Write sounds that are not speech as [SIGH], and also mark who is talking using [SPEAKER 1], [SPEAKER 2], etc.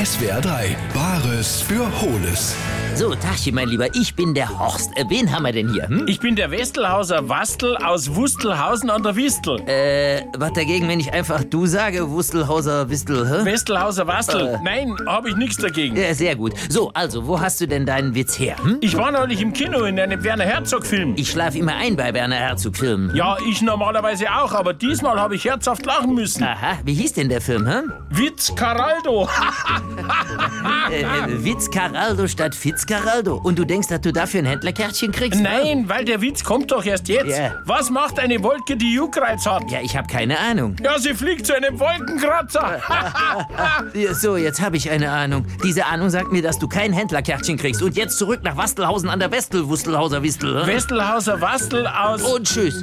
[SPEAKER 1] SWR 3, Bares für Hohles.
[SPEAKER 2] So, Tachi, mein Lieber, ich bin der Horst. Äh, wen haben wir denn hier? Hm?
[SPEAKER 3] Ich bin der Westelhauser Wastel aus Wustelhausen an der Wistel.
[SPEAKER 2] Äh, was dagegen, wenn ich einfach du sage, Wustelhauser Wistel, hä?
[SPEAKER 3] Westelhauser Wastel.
[SPEAKER 2] Äh.
[SPEAKER 3] Nein, habe ich nichts dagegen.
[SPEAKER 2] Ja, sehr gut. So, also, wo hast du denn deinen Witz her? Hm?
[SPEAKER 3] Ich war neulich im Kino in einem Werner Herzog-Film.
[SPEAKER 2] Ich schlaf immer ein bei Werner Herzog-Filmen.
[SPEAKER 3] Ja, ich normalerweise auch, aber diesmal habe ich herzhaft lachen müssen.
[SPEAKER 2] Aha, wie hieß denn der Film, hä? [LAUGHS]
[SPEAKER 3] Witz Caraldo.
[SPEAKER 2] Äh, äh, Witzcaraldo statt Fitzcaraldo. Und du denkst, dass du dafür ein Händlerkärtchen kriegst? hä?
[SPEAKER 3] Nein, weil der Witz kommt doch erst jetzt.
[SPEAKER 2] Ja.
[SPEAKER 3] Was macht eine Wolke, die Juckreiz hat?
[SPEAKER 2] Ja, ich habe keine Ahnung.
[SPEAKER 3] Ja, sie fliegt zu einem
[SPEAKER 2] [LAUGHS]
[SPEAKER 3] Wolkenkratzer. [LAUGHS]
[SPEAKER 2] Ja, So, jetzt habe ich eine Ahnung. Diese Ahnung sagt mir, dass du kein Händlerkärtchen kriegst. Und jetzt zurück nach Wastelhausen an der Westel, Wustelhauser Wistel. hä?
[SPEAKER 3] Westelhauser Wastel aus...
[SPEAKER 2] Und tschüss.